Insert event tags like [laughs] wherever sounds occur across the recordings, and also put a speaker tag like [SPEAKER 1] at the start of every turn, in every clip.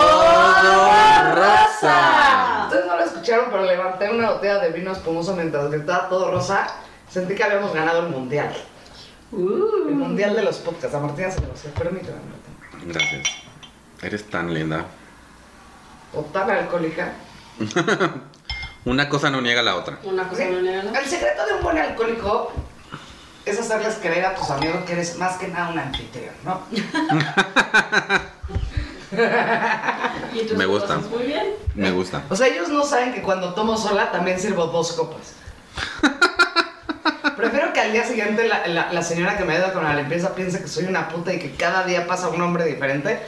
[SPEAKER 1] Todo rosa.
[SPEAKER 2] Ustedes no lo escucharon, pero levanté una botella de vino espumoso mientras gritaba todo rosa. Sentí que habíamos ganado el mundial. El mundial de los podcasts. A Martina se lo hacía. Permíteme, Martina.
[SPEAKER 1] Gracias. Eres tan linda.
[SPEAKER 2] O tan alcohólica.
[SPEAKER 1] Una cosa no niega la otra.
[SPEAKER 3] Una cosa Ah, pues, no niega la otra.
[SPEAKER 2] El secreto de un buen alcohólico es hacerles creer a tus amigos que eres más que nada un anfitrión, ¿no?
[SPEAKER 3] Y tus
[SPEAKER 1] Me gusta.
[SPEAKER 3] cosas Muy bien.
[SPEAKER 1] Me gusta.
[SPEAKER 2] O sea, ellos no saben que cuando tomo sola también sirvo dos
[SPEAKER 1] [laughs]
[SPEAKER 2] copas. Prefiero que al día siguiente la, la- la señora que me ayuda con la limpieza piense que soy una puta y que cada día pasa un hombre diferente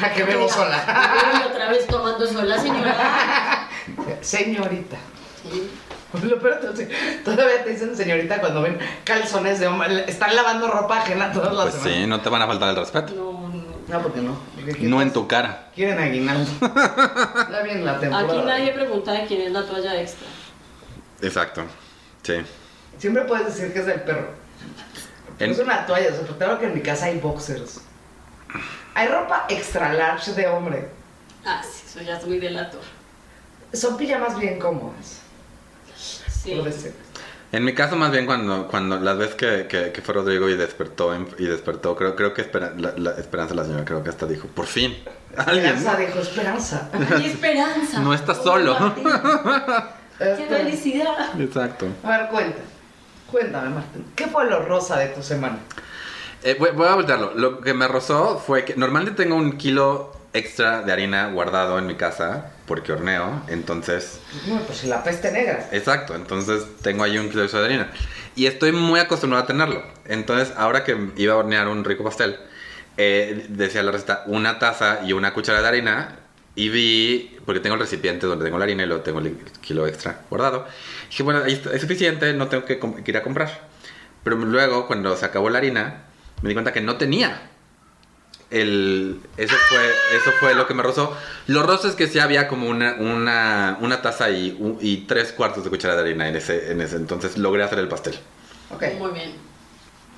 [SPEAKER 2] a que bebo sola.
[SPEAKER 3] Y otra vez tomando sola, señora.
[SPEAKER 2] Señorita.
[SPEAKER 3] Sí.
[SPEAKER 2] Lo peor de todo es que todavía te dicen señorita cuando ven calzones de hombre. Están lavando ropa ajena todas las
[SPEAKER 1] Pues sí, no te van a faltar el respeto.
[SPEAKER 3] No, no.
[SPEAKER 2] No, porque no. Porque
[SPEAKER 1] No en tu cara.
[SPEAKER 2] Quieren
[SPEAKER 1] [laughs]
[SPEAKER 2] aguinaldo. Está bien la temporada.
[SPEAKER 3] Aquí nadie pregunta de quién es la toalla extra.
[SPEAKER 1] Exacto. Sí.
[SPEAKER 2] Siempre puedes decir que es del perro.
[SPEAKER 1] En-
[SPEAKER 2] Es una toalla, o sea, porque claro que en mi casa hay boxers. Hay ropa extra large de hombre.
[SPEAKER 3] Ah, sí, eso ya es muy delator.
[SPEAKER 2] Son pijamas bien cómodas.
[SPEAKER 3] Sí.
[SPEAKER 2] por decir.
[SPEAKER 1] En mi caso, más bien, cuando, cuando las veces que, que- que fue Rodrigo y despertó, en- y despertó creo, creo que Espera- la, la- Esperanza, la señora, creo que hasta dijo, por fin, alguien.
[SPEAKER 2] Esperanza dijo, esperanza.
[SPEAKER 3] Y esperanza.
[SPEAKER 1] No estás
[SPEAKER 3] Oh,
[SPEAKER 1] solo.
[SPEAKER 3] Martín,
[SPEAKER 2] [laughs]
[SPEAKER 3] Qué
[SPEAKER 2] Esperanza.
[SPEAKER 3] felicidad.
[SPEAKER 1] Exacto.
[SPEAKER 2] Este, A ver, cuenta. Cuéntame, Martín. ¿Qué fue lo rosa de tu semana?
[SPEAKER 1] Eh, voy, voy a voltearlo. Lo que me rozó fue que normalmente tengo un kilo extra de harina guardado en mi casa porque horneo, entonces...
[SPEAKER 2] No, pues si la peste negra.
[SPEAKER 1] Exacto, entonces tengo ahí un kilo de harina. Y estoy muy acostumbrado a tenerlo. Entonces, ahora que iba a hornear un rico pastel, eh, decía la receta, una taza y una cuchara de harina. Y vi, porque tengo el recipiente donde tengo la harina y luego tengo el kilo extra guardado. Dije, bueno, ahí está- es suficiente, no tengo que, com- que ir a comprar. Pero luego, cuando se acabó la harina, me di cuenta que no tenía. El, eso, fue, eso fue lo que me rozó. Lo roso es que sí había como una, una, una taza y, u- y tres cuartos de cuchara de harina en ese, en ese. Entonces logré hacer el pastel.
[SPEAKER 2] Ok.
[SPEAKER 3] Muy bien.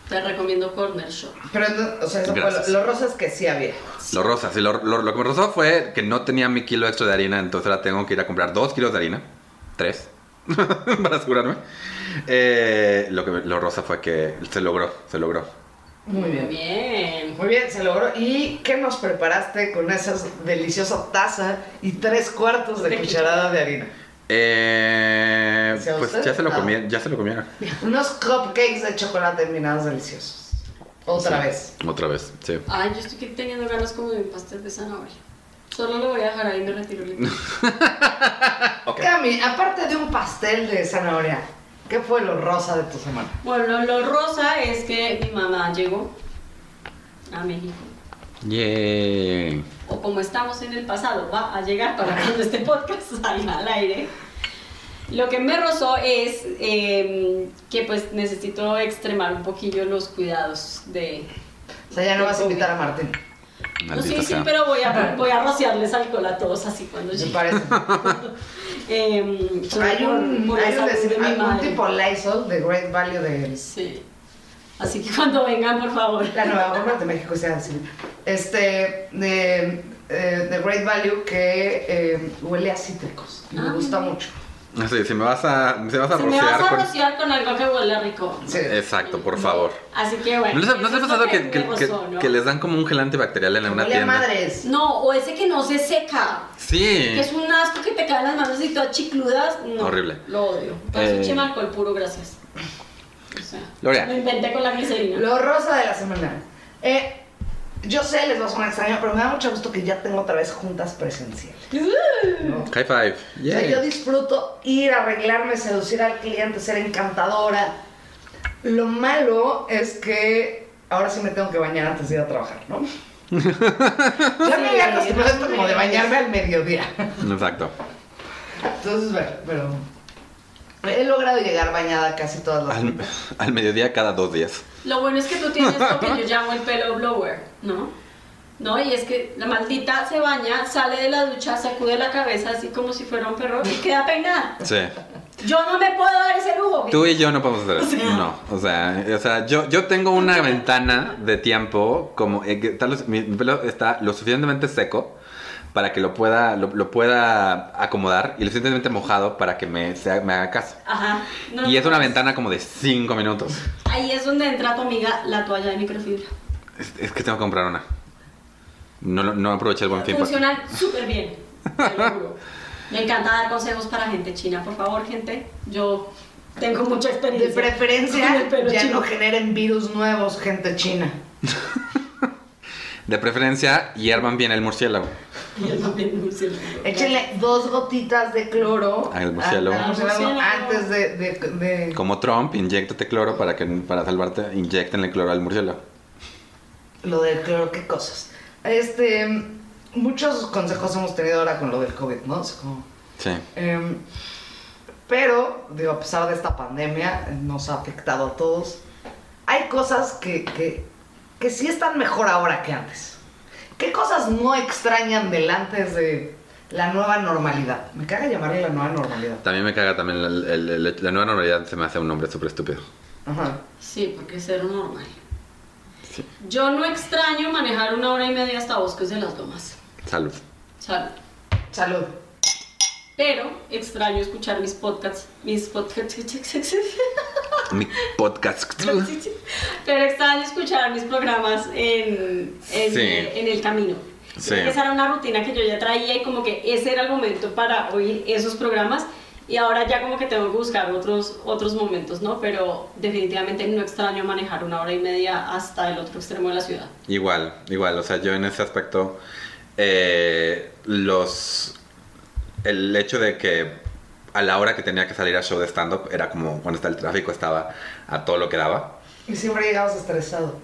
[SPEAKER 3] Te recomiendo Corner Shop.
[SPEAKER 2] Pero, entonces, o sea, eso fue
[SPEAKER 1] Gracias.
[SPEAKER 2] lo, lo rosa es que sí había.
[SPEAKER 1] Lo rosa, sí, lo, lo- lo que me rozó fue que no tenía mi kilo extra de harina, entonces ahora tengo que ir a comprar dos kilos de harina. Tres. [laughs] para asegurarme. Eh, lo que me- lo rosa fue que se logró, se logró.
[SPEAKER 2] Muy bien.
[SPEAKER 3] Bien.
[SPEAKER 2] Muy bien, se logró. ¿Y qué nos preparaste con esa deliciosa taza y tres cuartos de cucharada de harina?
[SPEAKER 1] Eh,
[SPEAKER 2] ¿Se
[SPEAKER 1] pues
[SPEAKER 2] usted?
[SPEAKER 1] ya se lo
[SPEAKER 2] Ah.
[SPEAKER 1] comieron, ya se lo comieron.
[SPEAKER 2] Unos cupcakes de chocolate minados deliciosos. Otra
[SPEAKER 1] Sí,
[SPEAKER 2] vez.
[SPEAKER 1] Otra vez, sí.
[SPEAKER 3] Ay, yo estoy teniendo ganas como de un pastel de zanahoria. Solo lo voy a dejar ahí me
[SPEAKER 1] [laughs]
[SPEAKER 3] retiro. lento.
[SPEAKER 1] Ok.
[SPEAKER 2] Cami, aparte de un pastel de zanahoria, ¿qué fue lo rosa de tu semana?
[SPEAKER 3] Bueno, lo rosa es que mi mamá llegó a México.
[SPEAKER 1] Yeah.
[SPEAKER 2] Pues
[SPEAKER 3] O como estamos en el pasado, va a llegar para cuando este podcast [laughs] salga al aire. Lo que me rozó es eh, que pues necesito extremar un poquillo los cuidados de...
[SPEAKER 2] O sea, ya no vas a invitar a Martín.
[SPEAKER 3] No, sí,
[SPEAKER 1] Maldita
[SPEAKER 3] sí,
[SPEAKER 1] sea.
[SPEAKER 3] pero voy a, voy a rociarles alcohol a todos así cuando
[SPEAKER 2] Me
[SPEAKER 3] llegue.
[SPEAKER 2] parece.
[SPEAKER 3] Eh, solo
[SPEAKER 2] hay un,
[SPEAKER 3] por- por la
[SPEAKER 2] hay un,
[SPEAKER 3] salud de
[SPEAKER 2] decir-
[SPEAKER 3] mi
[SPEAKER 2] algún
[SPEAKER 3] madre.
[SPEAKER 2] tipo Lysol de Great Value de
[SPEAKER 3] Sí. Así que cuando vengan, por favor.
[SPEAKER 2] la nueva forma de México, sea así. Este, de, eh, de Great Value que eh, huele a cítricos. y Me
[SPEAKER 3] Ah,
[SPEAKER 2] gusta
[SPEAKER 3] mira.
[SPEAKER 2] mucho.
[SPEAKER 1] Ah, sí, si me vas a, si me vas a
[SPEAKER 3] Si me
[SPEAKER 1] rociar
[SPEAKER 3] vas a
[SPEAKER 1] con-
[SPEAKER 3] rociar con algo que huele rico.
[SPEAKER 2] Sí.
[SPEAKER 1] Exacto, por favor.
[SPEAKER 3] Así que bueno.
[SPEAKER 1] ¿No les, ha-
[SPEAKER 3] eso
[SPEAKER 1] no les ha
[SPEAKER 3] es lo
[SPEAKER 1] pasado que,
[SPEAKER 3] me
[SPEAKER 1] que- que-
[SPEAKER 3] gozó, ¿no?
[SPEAKER 1] que les dan como un gel antibacterial en una
[SPEAKER 2] Huele a
[SPEAKER 1] tienda?
[SPEAKER 2] madres.
[SPEAKER 3] No, o ese que no se seca.
[SPEAKER 1] Sí.
[SPEAKER 3] Que es un asco que te caen las manos y todas chicludas. No,
[SPEAKER 1] Horrible.
[SPEAKER 3] Lo odio. Para eso
[SPEAKER 1] Eh.
[SPEAKER 3] echen alcohol puro, gracias. O sea,
[SPEAKER 1] Lorea.
[SPEAKER 3] Lo inventé con la glicerina.
[SPEAKER 2] Lo rosa de la semana. Eh, yo sé, les va a sonar extraño, pero me da mucho gusto que ya tengo otra vez juntas presenciales. ¿no?
[SPEAKER 1] High five.
[SPEAKER 2] O sea,
[SPEAKER 1] Yeah.
[SPEAKER 2] yo disfruto ir, arreglarme, seducir al cliente, ser encantadora. Lo malo es que ahora sí me tengo que bañar antes de ir a trabajar, ¿no? ya me había acostumbrado a esto como de bañarme al mediodía.
[SPEAKER 1] Exacto.
[SPEAKER 2] Entonces, bueno, pero he logrado llegar bañada casi todas las
[SPEAKER 1] Al, al mediodía cada dos días.
[SPEAKER 3] Lo bueno es que tú tienes lo que
[SPEAKER 1] [laughs]
[SPEAKER 3] yo llamo el pelo blower, ¿no? No, y es que la maldita se baña, sale de la ducha, sacude la cabeza así como si fuera un perro y queda peinada.
[SPEAKER 1] Sí.
[SPEAKER 3] Yo no me puedo dar ese lujo.
[SPEAKER 1] Tú y yo no podemos hacer eso. No. O sea, o sea yo, yo tengo una ventana de tiempo como eh, que tal vez mi, mi pelo está lo suficientemente seco para que lo pueda, lo, lo pueda acomodar y lo suficientemente mojado para que me, sea- me haga caso.
[SPEAKER 3] Ajá. no,
[SPEAKER 1] Y es
[SPEAKER 3] no,
[SPEAKER 1] una
[SPEAKER 3] no.
[SPEAKER 1] ventana como de 5 minutos.
[SPEAKER 3] Ahí es donde entra tu amiga la toalla de microfibra.
[SPEAKER 1] Es, es que tengo que comprar una. No, lo- no aproveché el buen tiempo.
[SPEAKER 3] Funcionan súper bien. te lo juro. Me encanta dar consejos para gente china. Por favor, gente, yo tengo mucha experiencia.
[SPEAKER 2] De
[SPEAKER 3] con
[SPEAKER 2] preferencia,
[SPEAKER 3] el pelo
[SPEAKER 2] ya
[SPEAKER 3] chino.
[SPEAKER 2] no generen virus nuevos, gente china.
[SPEAKER 1] De preferencia, hiervan bien el murciélago.
[SPEAKER 3] [laughs] Y el papel de murciélago.
[SPEAKER 2] Échenle dos gotitas de cloro
[SPEAKER 1] Al murciélago.
[SPEAKER 2] a- al murciélago
[SPEAKER 3] Al murciélago.
[SPEAKER 2] antes de, de, de-
[SPEAKER 1] Como Trump, inyectate cloro para, que, para salvarte, inyectenle cloro al murciélago.
[SPEAKER 2] lo del cloro, qué cosas. Este, muchos consejos hemos tenido ahora con lo del COVID, ¿no? Es como,
[SPEAKER 1] Sí.
[SPEAKER 2] em, pero, digo, a pesar de esta pandemia, eh, nos ha afectado a todos. Hay cosas que, que, que sí están mejor ahora que antes. ¿Qué cosas no extrañan del antes de la nueva normalidad? Me caga llamarle la nueva normalidad.
[SPEAKER 1] También me caga también la, el- el- la nueva normalidad, se me hace un nombre súper estúpido.
[SPEAKER 2] Ajá.
[SPEAKER 3] Sí, porque es ser normal. Yo no extraño manejar una hora y media hasta Bosques de las Lomas.
[SPEAKER 1] Salud.
[SPEAKER 3] Salud.
[SPEAKER 2] Salud.
[SPEAKER 3] Pero extraño escuchar mis podcasts. Mis podcasts. [laughs]
[SPEAKER 1] Mi podcast.
[SPEAKER 3] Pero extraño escuchar mis programas en, en,
[SPEAKER 1] Sí.
[SPEAKER 3] en el camino.
[SPEAKER 1] Sí.
[SPEAKER 3] Creo que Esa era una rutina que yo ya traía y como que ese era el momento para oír esos programas y ahora ya como que tengo que buscar otros, otros momentos, ¿no? Pero definitivamente no extraño manejar una hora y media hasta el otro extremo de la ciudad.
[SPEAKER 1] Igual, igual. O sea, yo en ese aspecto, eh, los. El hecho de que a la hora que tenía que salir a show de stand-up era como cuando está el tráfico, estaba a todo lo que daba.
[SPEAKER 2] Y siempre llegabas estresado.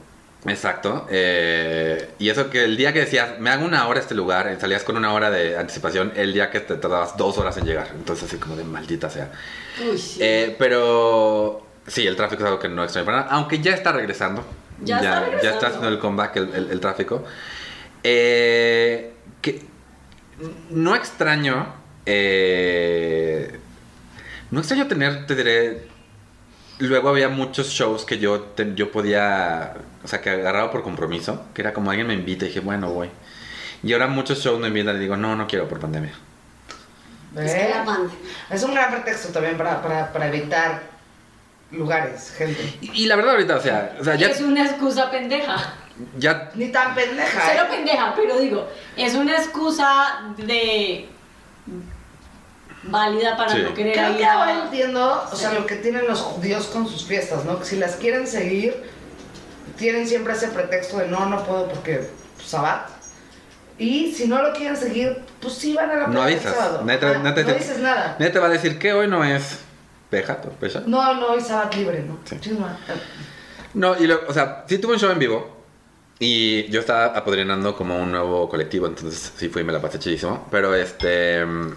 [SPEAKER 1] Exacto. eh, y eso que el día que decías, me hago una hora a este lugar, y salías con una hora de anticipación, el día que te tardabas dos horas en llegar. Entonces, así como de maldita sea.
[SPEAKER 3] Uy, sí.
[SPEAKER 1] Eh, pero sí, el tráfico es algo que no extraño para nada, aunque ya está regresando.
[SPEAKER 3] Ya está regresando.
[SPEAKER 1] ya está haciendo el comeback el, el- el tráfico. Eh, que, no extraño. eh, no extraño tener, te diré. Luego había muchos shows que yo, te- yo podía. O sea, que agarraba por compromiso. Que era como alguien me invita y dije, bueno, voy. Y ahora muchos shows me invitan y digo, no, no quiero por pandemia.
[SPEAKER 3] es que
[SPEAKER 2] ¿Eh?
[SPEAKER 3] la banda.
[SPEAKER 2] Es un gran pretexto también para, para, para evitar lugares, gente.
[SPEAKER 1] Y, y la verdad, ahorita, o sea, o sea, ya,
[SPEAKER 3] Es una excusa pendeja.
[SPEAKER 1] ya
[SPEAKER 2] Ni tan pendeja.
[SPEAKER 3] Cero
[SPEAKER 2] ¿eh?
[SPEAKER 3] pendeja, pero digo, es una excusa de válida para
[SPEAKER 1] Sí.
[SPEAKER 3] no querer
[SPEAKER 2] Creo
[SPEAKER 3] ir
[SPEAKER 2] que
[SPEAKER 3] a-
[SPEAKER 2] ahora entiendo, o sea,
[SPEAKER 3] Sí.
[SPEAKER 2] lo que tienen los judíos con sus fiestas, ¿no? Que si las quieren seguir, tienen siempre ese pretexto de no, no puedo porque pues, Sabbat. Y si no lo quieren seguir, pues sí van a la
[SPEAKER 1] No
[SPEAKER 2] playa el
[SPEAKER 1] avisas.
[SPEAKER 2] sábado.
[SPEAKER 1] Nadie te-
[SPEAKER 2] Ajá,
[SPEAKER 1] nadie te-
[SPEAKER 2] Ah, no dices nada.
[SPEAKER 1] Nadie te va a decir que hoy no es pejato, pecha.
[SPEAKER 2] No, no, hoy Sabbat libre, ¿no?
[SPEAKER 1] Sí.
[SPEAKER 2] Chisma.
[SPEAKER 1] No, y lo- o sea, sí tuve un show en vivo y yo estaba apadrinando como un nuevo colectivo, entonces sí fui y me la pasé chidísimo, pero este... mm,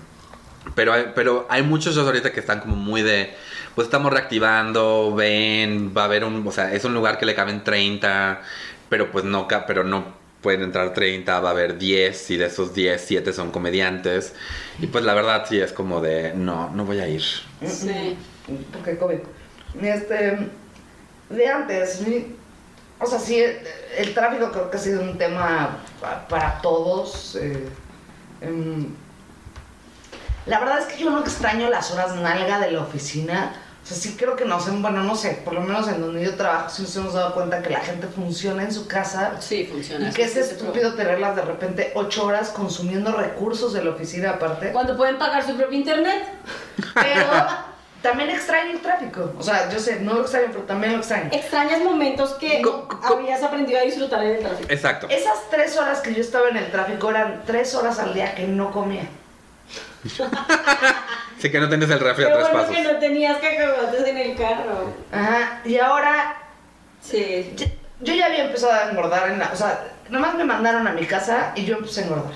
[SPEAKER 1] Pero hay, pero hay muchos shows ahorita que están como muy de, pues estamos reactivando, ven, va a haber un, o sea, es un lugar que le caben 30, pero pues no, ca- pero no pueden entrar 30, va a haber 10 y de esos 10, 7 son comediantes. Y pues la verdad sí es como de, no, no voy a ir.
[SPEAKER 3] Sí.
[SPEAKER 2] Porque COVID. Este, de antes, mi- o sea, sí, el, el tráfico creo que ha sido un tema pa- para todos. eh, em, la verdad es que yo no extraño las horas nalga de la oficina. O sea, sí creo que nos, en- bueno, no sé, por lo menos en donde yo trabajo, sí nos hemos dado cuenta que la gente funciona en su casa.
[SPEAKER 3] Sí, funciona.
[SPEAKER 2] Y que es
[SPEAKER 3] Sí, sí, sí,
[SPEAKER 2] estúpido tenerlas de repente ocho horas consumiendo recursos de la oficina aparte.
[SPEAKER 3] Cuando pueden pagar su propio internet.
[SPEAKER 2] Pero también extraño el tráfico. O sea, yo sé, no lo extraño, pero también lo extraño.
[SPEAKER 3] Extrañas momentos que
[SPEAKER 1] Co- co-
[SPEAKER 3] habías aprendido a disfrutar en el tráfico.
[SPEAKER 1] Exacto.
[SPEAKER 2] Esas tres horas que yo estaba en el tráfico eran tres horas al día que no comía.
[SPEAKER 1] Sí que no tienes el refri
[SPEAKER 3] Qué
[SPEAKER 1] a tres
[SPEAKER 3] bueno
[SPEAKER 1] pasos.
[SPEAKER 3] que no tenías cacahuates en el carro.
[SPEAKER 2] Ajá. Y ahora
[SPEAKER 3] Sí.
[SPEAKER 2] ya- yo ya había empezado a engordar en la. O sea, nomás me mandaron a mi casa y yo empecé a engordar.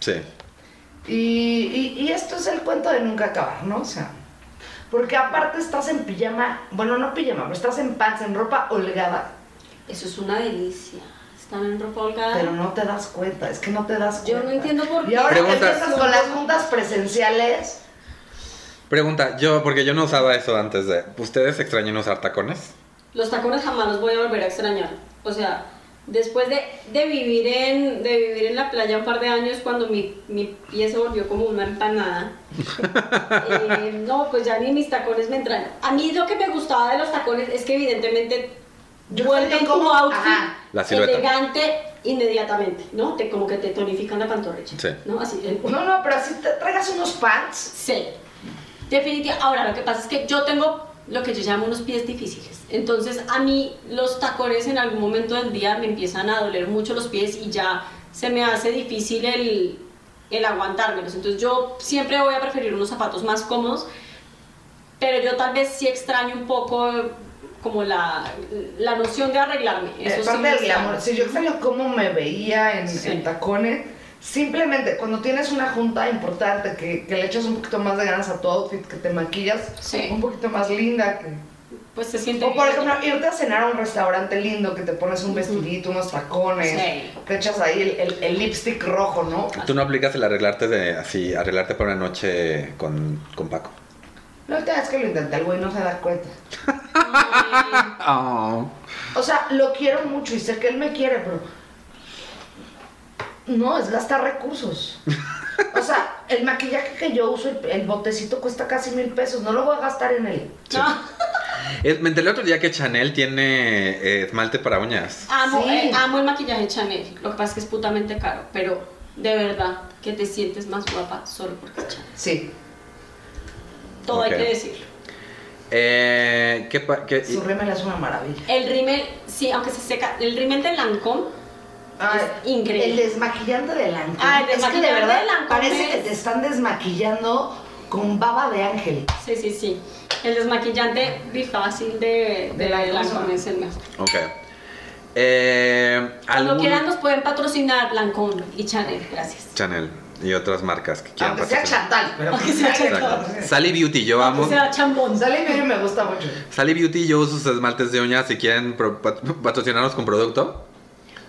[SPEAKER 1] Sí.
[SPEAKER 2] Y, y- y esto es el cuento de nunca acabar, ¿no? O sea. Porque aparte estás en pijama, bueno, no pijama, pero estás en pants, en ropa holgada,
[SPEAKER 3] Eso es una delicia. Están en ropa holgada.
[SPEAKER 2] pero no te das cuenta, es que no te das
[SPEAKER 3] Ah. Yo
[SPEAKER 2] cuenta.
[SPEAKER 3] no entiendo por qué.
[SPEAKER 2] Y ahora que
[SPEAKER 1] Pregunta-
[SPEAKER 2] empiezas con las juntas presenciales,
[SPEAKER 1] Pregunta, yo, porque yo no usaba eso antes de. ¿Ustedes extrañan usar tacones?
[SPEAKER 3] Los tacones jamás los voy a volver a extrañar. O sea, después de, de vivir, en, de vivir en la playa un par de años, cuando mi, mi pie se volvió como una empanada,
[SPEAKER 2] [laughs]
[SPEAKER 3] eh, no, pues ya ni mis tacones me entran. A mí lo que me gustaba de los tacones es que evidentemente
[SPEAKER 2] Yo
[SPEAKER 3] vuelven
[SPEAKER 2] creo que
[SPEAKER 3] como
[SPEAKER 2] como-
[SPEAKER 3] outfit
[SPEAKER 2] ajá.
[SPEAKER 1] La silueta.
[SPEAKER 3] elegante inmediatamente, ¿no? Te, como que te tonifican la pantorrilla,
[SPEAKER 1] Sí.
[SPEAKER 3] ¿no? Así, el-
[SPEAKER 2] No, no, pero si te traigas unos pants.
[SPEAKER 3] Sí, definitivamente. Ahora, lo que pasa es que yo tengo lo que yo llamo unos pies difíciles. Entonces, a mí los tacones en algún momento del día me empiezan a doler mucho los pies y ya se me hace difícil el, el aguantármelos. Entonces, yo siempre voy a preferir unos zapatos más cómodos, pero yo tal vez sí extraño un poco como la, la noción de arreglarme. Eso
[SPEAKER 2] eh,
[SPEAKER 3] sí
[SPEAKER 2] parte
[SPEAKER 3] me
[SPEAKER 2] del
[SPEAKER 3] extraño.
[SPEAKER 2] glamour. Si yo extraño cómo me veía en,
[SPEAKER 3] Sí.
[SPEAKER 2] en tacones, simplemente cuando tienes una junta importante que, que le echas un poquito más de ganas a tu outfit, que te maquillas
[SPEAKER 3] Sí.
[SPEAKER 2] un poquito más linda. Que,
[SPEAKER 3] Pues se siente
[SPEAKER 2] O por
[SPEAKER 3] bien.
[SPEAKER 2] ejemplo, irte a cenar a un restaurante lindo que te pones un vestidito, unos tacones,
[SPEAKER 3] Sí.
[SPEAKER 2] te echas ahí el, el- el lipstick rojo, ¿no?
[SPEAKER 1] Tú no aplicas el arreglarte de así, arreglarte para una noche con, con Paco.
[SPEAKER 2] La última vez que lo intenté, el güey no se da cuenta.
[SPEAKER 3] Ay. [laughs]
[SPEAKER 2] O sea, lo quiero mucho y sé que él me quiere, pero. No, es gastar recursos. O sea, el maquillaje que yo uso, el, el botecito cuesta casi mil pesos. No lo voy a gastar en él.
[SPEAKER 1] Sí. Es- me enteré el otro día que Chanel tiene eh, esmalte para uñas.
[SPEAKER 3] Amo,
[SPEAKER 2] Sí.
[SPEAKER 3] eh, amo el maquillaje Chanel. Lo que pasa es que es putamente caro, pero de verdad que te sientes más guapa solo porque es Chanel.
[SPEAKER 2] Sí.
[SPEAKER 3] Todo
[SPEAKER 1] Ok.
[SPEAKER 3] hay que decirlo.
[SPEAKER 1] Eh, ¿qué pa- qué-
[SPEAKER 2] Su remela es una maravilla.
[SPEAKER 3] El rímel, sí, aunque se seca, el rímel de Lancôme es increíble.
[SPEAKER 2] El desmaquillante de Lancôme.
[SPEAKER 3] Ah, el
[SPEAKER 2] es que de
[SPEAKER 3] desmaquillante
[SPEAKER 2] verdad
[SPEAKER 3] de Lancôme
[SPEAKER 2] parece
[SPEAKER 3] es-
[SPEAKER 2] que te están desmaquillando con baba de ángel.
[SPEAKER 3] Sí, sí, sí. El desmaquillante bifácil de, de,
[SPEAKER 2] De Lancôme.
[SPEAKER 3] Lancôme es el mejor.
[SPEAKER 1] ok. Eh,
[SPEAKER 3] Cuando
[SPEAKER 1] ¿algún-
[SPEAKER 3] quieran nos pueden patrocinar Lancôme y Chanel, gracias.
[SPEAKER 1] Chanel y otras marcas que quieran
[SPEAKER 2] Aunque sea
[SPEAKER 1] patrocinar.
[SPEAKER 2] Chantal, pero
[SPEAKER 3] Aunque sea
[SPEAKER 1] Exacto. Sally Beauty, yo
[SPEAKER 3] O
[SPEAKER 1] amo.
[SPEAKER 3] sea, chambón.
[SPEAKER 2] Sale y medio me gusta mucho.
[SPEAKER 1] Sally Beauty, yo uso sus esmaltes de uñas si quieren pro- pat- patrocinarnos con producto.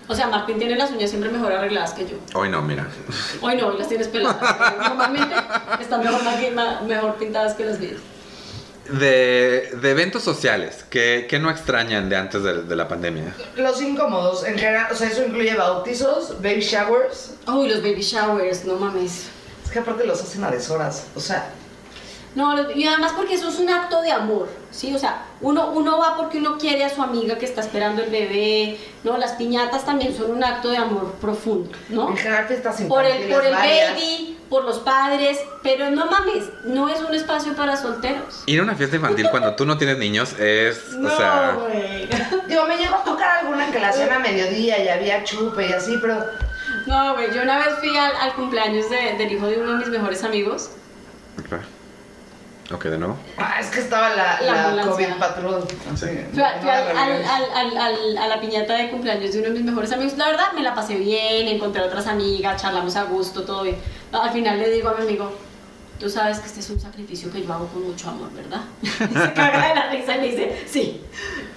[SPEAKER 3] O sea, Martín tiene las uñas siempre mejor arregladas que yo.
[SPEAKER 1] Hoy no, mira.
[SPEAKER 3] Hoy no, hoy las tienes peladas.
[SPEAKER 1] [laughs]
[SPEAKER 3] pero Normalmente están mejor, maqui- mejor pintadas que las mías.
[SPEAKER 1] De, de eventos sociales, ¿qué, qué no extrañan de antes de, de la pandemia?
[SPEAKER 2] Los incómodos, en general, o sea, eso incluye bautizos, baby showers.
[SPEAKER 3] Uy, los baby showers, no mames.
[SPEAKER 2] Es que aparte los hacen a deshoras. O sea,
[SPEAKER 3] No, los- y además porque eso es un acto de amor, ¿sí? O sea, uno, uno va porque uno quiere a su amiga que está esperando el bebé, ¿no? Las piñatas también son un acto de amor profundo, ¿no?
[SPEAKER 2] en general fiestas
[SPEAKER 3] Por
[SPEAKER 2] infantiles
[SPEAKER 3] el, por el
[SPEAKER 2] varias.
[SPEAKER 3] baby, por los padres, pero no mames, no es un espacio para solteros.
[SPEAKER 1] Ir a una fiesta infantil cuando tú no tienes niños es,
[SPEAKER 3] No,
[SPEAKER 1] o sea,
[SPEAKER 3] güey.
[SPEAKER 2] Digo, me llegó a tocar alguna que la hacían a mediodía y había chupe y así, pero
[SPEAKER 3] [laughs] No, güey, yo una vez fui al, al cumpleaños de- del hijo de uno de mis mejores amigos.
[SPEAKER 1] Ok. Ok, de nuevo.
[SPEAKER 2] ah, es que estaba la,
[SPEAKER 3] La
[SPEAKER 2] la,
[SPEAKER 3] ambulancia.
[SPEAKER 2] COVID patrón. Así,
[SPEAKER 3] Fui, a, fui
[SPEAKER 2] no,
[SPEAKER 3] al-
[SPEAKER 2] no,
[SPEAKER 3] al-
[SPEAKER 2] no.
[SPEAKER 3] al- al- al- a la piñata de cumpleaños de uno de mis mejores amigos. La verdad, me la pasé bien, encontré otras amigas, charlamos a gusto, todo bien. No, al final le digo a mi amigo, tú sabes que este es un sacrificio que yo hago con mucho amor, ¿verdad? [laughs] Y se caga de la risa y me dice, sí.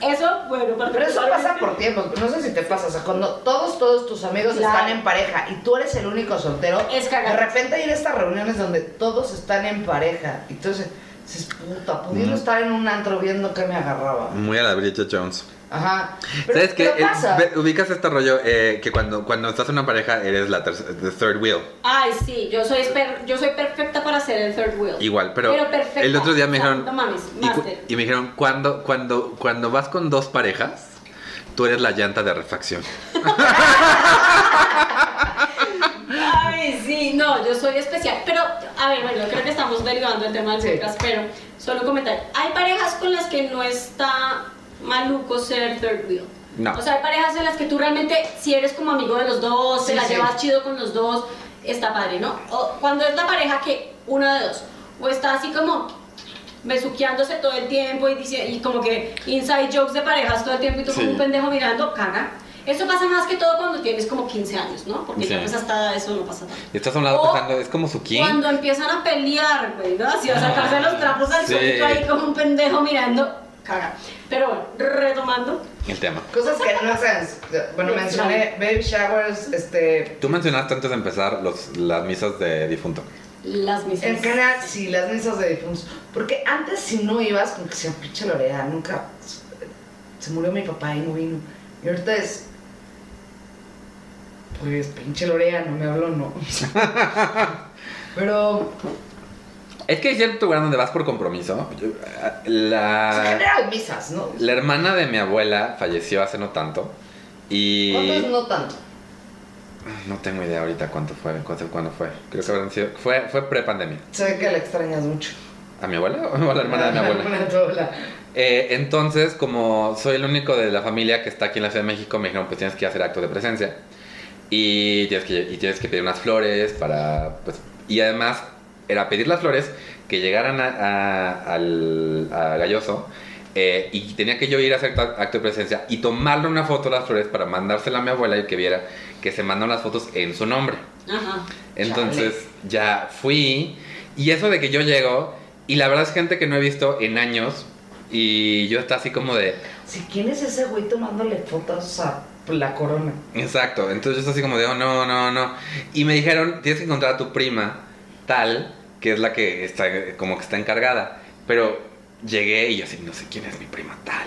[SPEAKER 3] Eso, bueno,
[SPEAKER 2] Pero eso
[SPEAKER 3] particularmente-
[SPEAKER 2] pasa por tiempos, no sé si te pasa, o sea, cuando todos, todos tus amigos
[SPEAKER 3] Claro.
[SPEAKER 2] están en pareja y tú eres el único soltero,
[SPEAKER 3] Es cagado.
[SPEAKER 2] de repente hay en estas reuniones donde todos están en pareja, y entonces dices, puta, pudiendo
[SPEAKER 1] Mm.
[SPEAKER 2] estar en un antro viendo que me agarraba.
[SPEAKER 1] Muy a la Bridget Jones.
[SPEAKER 2] Ajá. Pero,
[SPEAKER 1] ¿Sabes qué?
[SPEAKER 2] pero
[SPEAKER 1] Eh,
[SPEAKER 2] pasa.
[SPEAKER 1] ve- ubicas este rollo eh, que cuando, cuando estás en una pareja eres la terc- the third wheel.
[SPEAKER 3] Ay, sí, yo soy, esper- yo soy perfecta para ser el third wheel.
[SPEAKER 1] Igual, pero,
[SPEAKER 3] perfecta.
[SPEAKER 1] el otro día me
[SPEAKER 3] O sea,
[SPEAKER 1] dijeron.
[SPEAKER 3] No mames,
[SPEAKER 1] y, cu-
[SPEAKER 3] máster.
[SPEAKER 1] y me dijeron, cuando, cuando, cuando vas con dos parejas, tú eres la llanta de refacción.
[SPEAKER 3] Ay, sí, no, yo soy especial. Pero, a ver, bueno, creo que estamos derivando el tema del
[SPEAKER 2] Sí.
[SPEAKER 3] podcast, pero solo comentar. Hay parejas con las que no está maluco ser third wheel.
[SPEAKER 1] No.
[SPEAKER 3] O sea, hay parejas en las que tú realmente, si eres como amigo de los dos, te
[SPEAKER 2] Sí,
[SPEAKER 3] la
[SPEAKER 2] sí.
[SPEAKER 3] llevas chido con los dos, está padre, ¿no? O cuando es la pareja que, una de dos, o está así como besuqueándose todo el tiempo y, dice, y como que inside jokes de parejas todo el tiempo y tú como
[SPEAKER 1] Sí.
[SPEAKER 3] un pendejo mirando, caga. Eso pasa más que todo cuando tienes como 15 años, ¿no? Porque ya
[SPEAKER 1] Sí.
[SPEAKER 3] pues hasta eso no pasa tanto.
[SPEAKER 1] Y estás a un lado
[SPEAKER 3] O
[SPEAKER 1] pensando, es como su king.
[SPEAKER 3] Cuando empiezan a pelear, güey, ¿no? Así a sacarse los trapos al
[SPEAKER 1] Sí.
[SPEAKER 3] solito ahí como un pendejo mirando, caga. Pero bueno, retomando,
[SPEAKER 1] El tema.
[SPEAKER 2] Cosas que no sabes. Bueno, mencioné baby showers, este.
[SPEAKER 1] Tú mencionaste antes de empezar los, las misas de difunto.
[SPEAKER 3] las misas.
[SPEAKER 2] En general, sí, las misas de difuntos. Porque antes, si no ibas, como que se pinche Lorea, nunca. Se murió mi papá y no vino. Y ahorita es. Pues pinche Lorea, no me habló, no. Pero. pues,
[SPEAKER 1] Es que hay cierto lugar donde vas por compromiso. Yo-
[SPEAKER 2] En
[SPEAKER 1] La,
[SPEAKER 2] general, misas, ¿no?
[SPEAKER 1] la hermana de mi abuela falleció hace no tanto. Y.
[SPEAKER 2] Otros no tanto.
[SPEAKER 1] No tengo idea ahorita cuánto fue, cuánto, cuándo fue. Creo que habrán sido. Fue, fue pre-pandemia.
[SPEAKER 2] Se ve que la extrañas mucho.
[SPEAKER 1] ¿A mi abuela o a la hermana de mi abuela?
[SPEAKER 2] hermana de [laughs] tu abuela.
[SPEAKER 1] Eh, entonces, como soy el único de la familia que está aquí en la Ciudad de México, me dijeron, pues tienes que hacer acto de presencia. Y tienes que, y tienes que pedir unas flores para... Pues, y además, era pedir las flores que llegaran a, a- al, a Galloso. eh, y tenía que yo ir a hacer acto acto de presencia y tomarle una foto a las flores para mandársela a mi abuela y que viera que se mandan las fotos en su nombre.
[SPEAKER 3] Ajá.
[SPEAKER 1] Entonces ya fui. Y eso de que yo llego, y la verdad es gente que no he visto en años. Y yo está así como de.
[SPEAKER 2] Si quién es ese güey tomándole fotos a la corona.
[SPEAKER 1] Exacto. Entonces yo estoy así como de, oh, no, no, no. Y me dijeron, tienes que encontrar a tu prima, tal, que es la que está eh, como que está encargada. Pero llegué y yo así, no sé quién es mi prima, tal.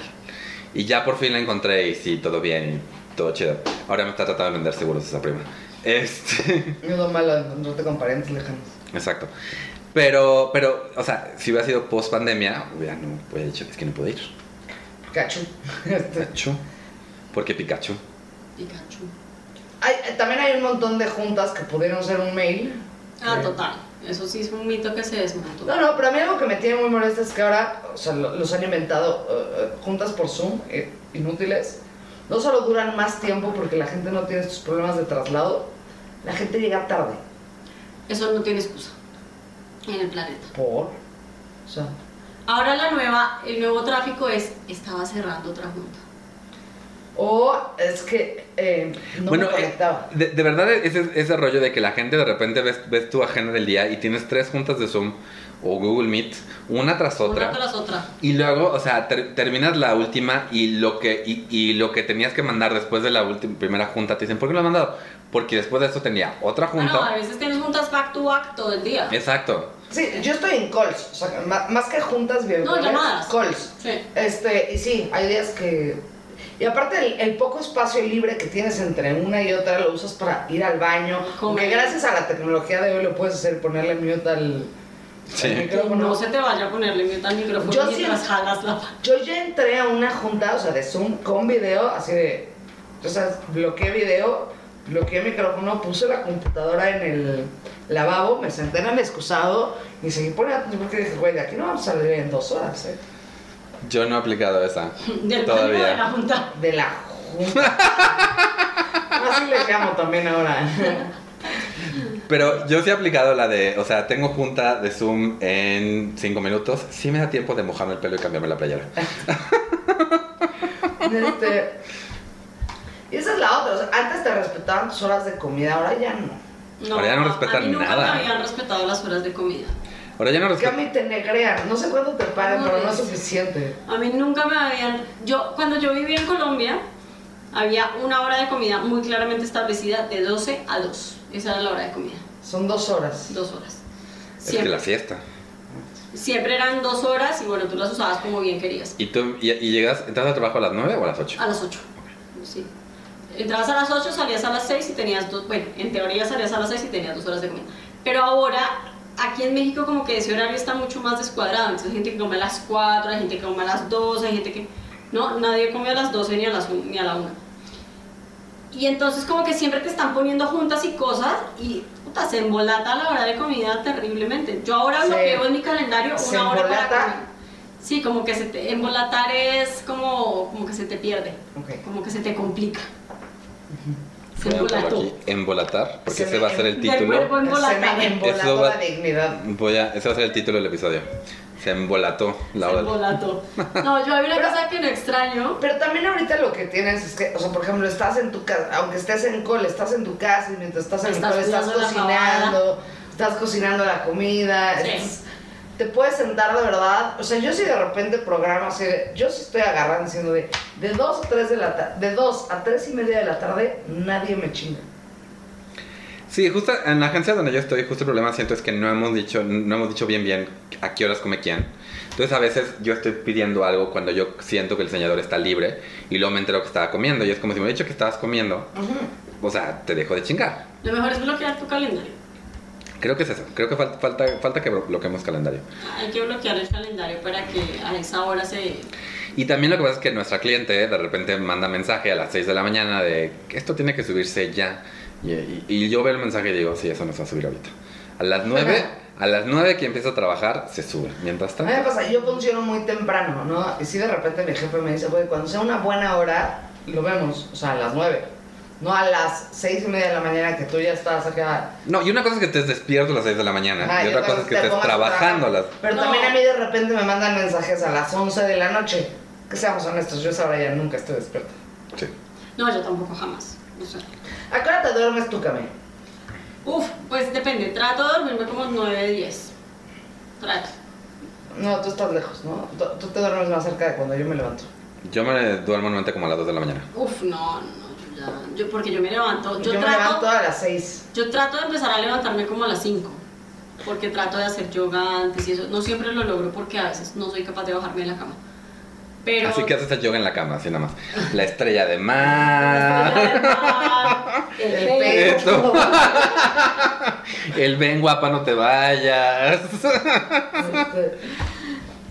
[SPEAKER 1] Y ya por fin la encontré y sí, todo bien, y todo chido. Ahora me está tratando de vender seguros esa prima. Este.
[SPEAKER 2] Es lo malo de encontrarte con parientes lejanos.
[SPEAKER 1] Exacto. Pero, pero, o sea, si hubiera sido post pandemia, hubiera no hubiera dicho, es que no puedo ir.
[SPEAKER 2] Cachu. [laughs] Este.
[SPEAKER 1] Pikachu. Porque Pikachu.
[SPEAKER 3] Pikachu.
[SPEAKER 2] Hay- eh, también hay un montón de juntas que pudieron ser un mail.
[SPEAKER 3] Ah,
[SPEAKER 2] Sí.
[SPEAKER 3] total. Eso sí es un mito que se desmontó.
[SPEAKER 2] No, no, pero a mí algo que me tiene muy molesta es que ahora, o sea, lo- los han inventado eh, eh, juntas por Zoom, eh, inútiles. No solo duran más tiempo porque la gente no tiene estos problemas de traslado, la gente llega tarde.
[SPEAKER 3] Eso no tiene excusa en el planeta.
[SPEAKER 2] Por. O sea,
[SPEAKER 3] Ahora la nueva, el nuevo tráfico es, estaba cerrando otra junta.
[SPEAKER 2] o es que eh, no
[SPEAKER 1] bueno,
[SPEAKER 2] me
[SPEAKER 1] eh,
[SPEAKER 2] conectaba.
[SPEAKER 1] de, de verdad ese, ese rollo de que la gente de repente ves, ves tu agenda del día y tienes tres juntas de Zoom o Google Meet, una tras otra.
[SPEAKER 3] Una tras otra.
[SPEAKER 1] Y luego, o sea, ter- terminas la última y lo que y, y lo que tenías que mandar después de la última primera junta te dicen, ¿por qué no lo has mandado? Porque después de eso tenía otra
[SPEAKER 3] Ah, no, a
[SPEAKER 1] junta.
[SPEAKER 3] veces tienes juntas back to back todo el día.
[SPEAKER 1] Exacto.
[SPEAKER 2] Sí, yo estoy en calls, o sea, ma- más que juntas virtuales,
[SPEAKER 3] llamadas.
[SPEAKER 2] calls.
[SPEAKER 3] Sí.
[SPEAKER 2] Este, y sí, hay días que... Y aparte el, el poco espacio libre que tienes entre una y otra lo usas para ir al baño.
[SPEAKER 3] Comer.
[SPEAKER 2] Que gracias a la tecnología de hoy lo puedes hacer, ponerle mute al,
[SPEAKER 1] Sí.
[SPEAKER 2] al
[SPEAKER 3] Que
[SPEAKER 2] micrófono.
[SPEAKER 3] no se te vaya a ponerle mute al micrófono
[SPEAKER 2] Yo
[SPEAKER 3] mientras
[SPEAKER 2] sí-
[SPEAKER 3] jalas la pata.
[SPEAKER 2] Yo ya entré a una junta, o sea, de Zoom con video, así de... O sea, bloqueé video, bloqueé micrófono, puse la computadora en el lavabo, me senté en el excusado y seguí poniendo... Porque dije, güey, de aquí no vamos a salir en dos horas, ¿eh?
[SPEAKER 1] Yo no he aplicado
[SPEAKER 3] [laughs]
[SPEAKER 1] esa.
[SPEAKER 3] Del término de la
[SPEAKER 1] Todavía.
[SPEAKER 3] junta.
[SPEAKER 2] De la junta. Así le llamo también ahora.
[SPEAKER 1] Pero yo sí he aplicado la de, o sea, tengo junta de Zoom en 5 minutos. Sí me da tiempo de mojarme el pelo y cambiarme la playera.
[SPEAKER 2] Este, y esa es la otra. o sea, antes te respetaban tus horas de comida, ahora ya no.
[SPEAKER 3] No,
[SPEAKER 1] Ahora ya no
[SPEAKER 3] a-
[SPEAKER 1] respetan
[SPEAKER 3] a mí nunca
[SPEAKER 1] nada.
[SPEAKER 3] me habían respetado las horas de comida.
[SPEAKER 1] Ahora ya no
[SPEAKER 2] Porque a
[SPEAKER 1] respeto.
[SPEAKER 2] mí te negrean. No sé cuánto te pagan,
[SPEAKER 3] No,
[SPEAKER 2] pero no es
[SPEAKER 3] es-
[SPEAKER 2] suficiente.
[SPEAKER 3] A mí nunca me habían... Yo, cuando yo vivía en Colombia, había una hora de comida muy claramente establecida de 12 a 2. Esa era la hora de comida.
[SPEAKER 2] Son dos horas.
[SPEAKER 3] Dos horas.
[SPEAKER 1] Es que
[SPEAKER 3] Siempre,
[SPEAKER 1] la fiesta.
[SPEAKER 3] siempre eran dos horas y bueno, tú las usabas como bien querías.
[SPEAKER 1] ¿Y tú y, y llegas, entras al trabajo a las 9 o a las 8?
[SPEAKER 3] A las 8. Sí. Entrabas a las 8, salías a las 6 y tenías dos. Bueno, en teoría salías a las 6 y tenías dos horas de comida. Pero ahora, aquí en México, como que ese horario está mucho más descuadrado. Entonces, hay gente que come a las 4, hay gente que come a las 12, hay gente que. No, nadie come a las 12 ni a, las, un- ni a la 1. Y entonces, como que siempre te están poniendo juntas y cosas y. Puta, se embolata la hora de comida terriblemente. Yo ahora
[SPEAKER 2] Se-
[SPEAKER 3] bloqueo en mi calendario una
[SPEAKER 2] se
[SPEAKER 3] hora para
[SPEAKER 2] embolata.
[SPEAKER 3] comer. Sí, como que se te, embolatar es como, como que se te pierde
[SPEAKER 2] Ok.
[SPEAKER 3] como que se te complica. Se
[SPEAKER 1] Voy a ponerlo
[SPEAKER 3] embolató.
[SPEAKER 1] aquí, embolatar, porque
[SPEAKER 2] Se
[SPEAKER 1] ese
[SPEAKER 2] me-
[SPEAKER 1] va a ser el
[SPEAKER 3] del
[SPEAKER 1] título.
[SPEAKER 3] cuerpo.
[SPEAKER 2] Se me
[SPEAKER 1] Eso
[SPEAKER 2] embolató
[SPEAKER 1] va-
[SPEAKER 2] la dignidad.
[SPEAKER 1] Voy a, ese va a ser el título del episodio. Se embolató la
[SPEAKER 3] Se
[SPEAKER 1] hora.
[SPEAKER 2] [laughs]
[SPEAKER 1] de-
[SPEAKER 3] embolató. No, yo hay una
[SPEAKER 2] Pero-
[SPEAKER 3] cosa que no extraño.
[SPEAKER 2] Pero también ahorita lo que tienes es que, o sea, por ejemplo, estás en tu casa, aunque estés en col, estás en tu casa y mientras estás en el
[SPEAKER 3] Estás
[SPEAKER 2] col estás
[SPEAKER 3] cuidando la
[SPEAKER 2] cocinando, estás cocinando la comida,
[SPEAKER 3] Sí.
[SPEAKER 2] estás- te puedes sentar de verdad. O sea, yo sí de repente programo así, de- yo sí estoy agarrando diciendo de, de 2 a 3 de la ta- de 2 a 3 y media de la tarde, nadie me chinga.
[SPEAKER 1] Sí, justo en la agencia donde yo estoy, justo el problema siento es que no hemos dicho, no hemos dicho bien bien a qué horas come quién. Entonces a veces yo estoy pidiendo algo cuando yo siento que el diseñador está libre y luego me entero que estaba comiendo y es como si me hubiera dicho que estabas comiendo,
[SPEAKER 2] Ujú.
[SPEAKER 1] o sea, te dejo de chingar.
[SPEAKER 3] Lo mejor es bloquear tu calendario.
[SPEAKER 1] Creo que es eso, creo que falta, falta, falta que bloqueemos calendario.
[SPEAKER 3] Hay que bloquear el calendario para que a esa hora se...
[SPEAKER 1] Y también lo que pasa es que nuestra cliente de repente manda mensaje a las 6 de la mañana de que esto tiene que subirse ya. Y, y- y yo veo el mensaje y digo, sí, eso nos va a subir ahorita. A las 9, a las 9 que empiezo a trabajar, se sube. Mientras
[SPEAKER 2] A mí
[SPEAKER 1] tanto,
[SPEAKER 2] me pasa, yo funciono muy temprano, ¿no? Y si de repente mi jefe me dice, güey, cuando sea una buena hora, lo vemos, o sea, a las nueve. No a las seis y media de la mañana que tú ya estás acá.
[SPEAKER 1] No, y una cosa es que estés despierto a las 6 de la mañana
[SPEAKER 2] Ah,
[SPEAKER 1] y
[SPEAKER 2] yo
[SPEAKER 1] otra cosa
[SPEAKER 2] te-
[SPEAKER 1] es
[SPEAKER 2] te
[SPEAKER 1] que estés
[SPEAKER 2] pongas a trabajar.
[SPEAKER 1] trabajando a las...
[SPEAKER 2] Pero
[SPEAKER 3] No.
[SPEAKER 2] también a mí de repente me mandan mensajes a las 11 de la noche. Que seamos honestos, yo a esa hora ya nunca estoy despierta.
[SPEAKER 1] Sí.
[SPEAKER 3] No, yo tampoco jamás. O sea,
[SPEAKER 2] ¿A qué hora te duermes tú, Cami?
[SPEAKER 3] Uf, pues depende. Trato de dormirme como 9, 10. Trato.
[SPEAKER 2] No, tú estás lejos, ¿no? Tú, tú te duermes más cerca de cuando yo me levanto.
[SPEAKER 1] Yo me duermo normalmente como a las 2 de la mañana.
[SPEAKER 3] Uf, no, no, yo ya... Yo, porque yo me levanto... Yo,
[SPEAKER 2] Yo, me
[SPEAKER 3] trato...
[SPEAKER 2] levanto a las 6.
[SPEAKER 3] Yo trato de empezar a levantarme como a las 5, porque trato de hacer yoga antes y eso. No siempre lo logro porque a veces no soy capaz de bajarme de la cama. Pero.
[SPEAKER 1] Así que haces el yoga en la cama, así nada más. La estrella de [laughs]
[SPEAKER 2] [laughs]
[SPEAKER 1] mar,
[SPEAKER 3] El
[SPEAKER 2] El
[SPEAKER 3] pelo.
[SPEAKER 2] pecho.
[SPEAKER 1] [laughs] el ven guapa no
[SPEAKER 2] [laughs]
[SPEAKER 1] te vayas.
[SPEAKER 2] Este,